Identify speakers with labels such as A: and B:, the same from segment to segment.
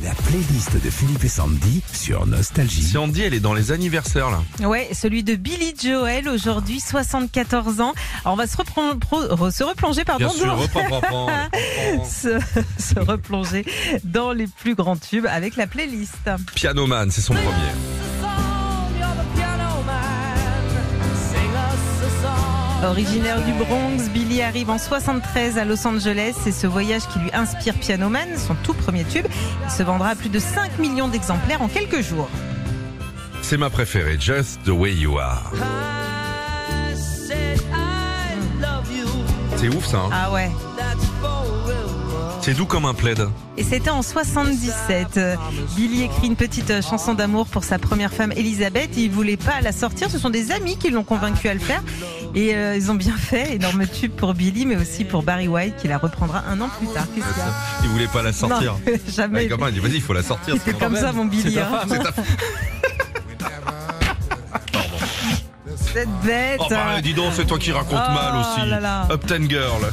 A: La playlist de Philippe et Sandy sur Nostalgie.
B: Sandy, elle est dans les anniversaires là.
C: Ouais, celui de Billy Joel, aujourd'hui 74 ans. Alors, on va se, repron- pro- re- se replonger, pardon,
B: Bien sûr,
C: dans-
B: reprends, reprends, reprends.
C: se, se replonger dans les plus grands tubes avec la playlist.
B: Piano Man, c'est son premier.
C: Originaire du Bronx, Billy arrive en 73 à Los Angeles. C'est ce voyage qui lui inspire Piano Man, son tout premier tube. Il se vendra à plus de 5 millions d'exemplaires en quelques jours.
B: C'est ma préférée, Just the Way You Are. C'est ouf ça. hein.
C: Ah ouais. Ah.
B: C'est doux comme un plaid.
C: Et c'était en 77. Euh, Billy écrit une petite euh, chanson d'amour pour sa première femme Elisabeth. Il voulait pas la sortir. Ce sont des amis qui l'ont convaincu à le faire. Et euh, ils ont bien fait. Énorme tube pour Billy, mais aussi pour Barry White qui la reprendra un an plus tard. Qu'est-ce qu'il y a
B: Il voulait pas la sortir.
C: Non, jamais.
B: Avec il dit vas-y, il faut la sortir.
C: Il était
B: sinon-
C: comme ça, mon Billy. hein.
B: C'est ta-
C: Cette bête.
B: Oh, bah, dis donc, c'est toi qui raconte
C: Oh
B: mal aussi.
C: là là.
B: Upton Girl.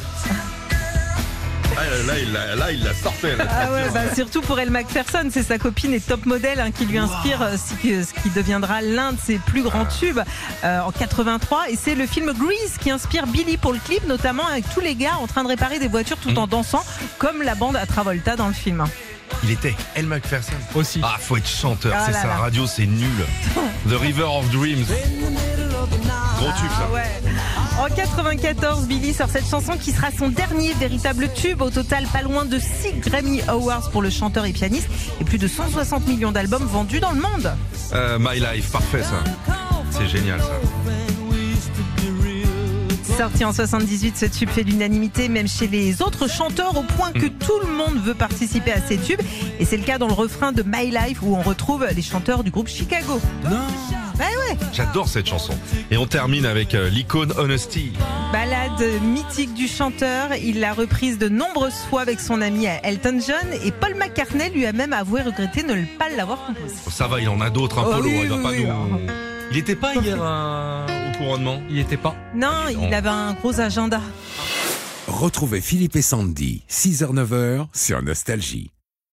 B: Ah, là, là, il la- là, il la sortait. elle.
C: Ah ouais, bah, surtout pour Elle Macpherson, c'est sa copine et top modèle hein, qui lui inspire euh, ce qui- ce qui deviendra l'un de ses plus grands tubes euh, en 83. Et c'est le film Grease qui inspire Billy pour le clip, notamment avec tous les gars en train de réparer des voitures tout en dansant, comme la bande à Travolta dans le film.
B: Il était Elle McPherson.
D: Aussi.
B: Ah, faut être chanteur,
C: Ah
B: c'est
C: là
B: ça.
C: là.
B: Radio, c'est nul. The River of Dreams. Gros tube, ça.
C: Ah ouais. En 94, Billy sort cette chanson qui sera son dernier véritable tube. Au total, pas loin de 6 Grammy Awards pour le chanteur et pianiste et plus de 160 millions d'albums vendus dans le monde.
B: Euh, My Life, parfait, ça. C'est génial, ça.
C: Sorti en 78, ce tube fait l'unanimité même chez les autres chanteurs au point
B: Mm.
C: que tout le monde veut participer à ces tubes. Et c'est le cas dans le refrain de My Life où on retrouve les chanteurs du groupe Chicago. Bah ouais,
B: J'adore cette chanson. Et on termine avec euh, l'icône Honesty.
C: balade mythique du chanteur, il l'a reprise de nombreuses fois avec son ami Elton John et Paul McCartney lui a même avoué regretter ne pas l'avoir composé.
B: Bon, ça va, il en a d'autres, un
C: Oh,
B: peu
C: oui,
B: lourd, il va
C: oui,
B: pas
C: oui,
B: nous- Il était pas hier euh, au couronnement
D: Il était pas.
C: Non,
B: Ah, dis donc.
C: il avait un gros agenda.
A: Retrouvez Philippe et Sandy, 6h-9h sur Nostalgie.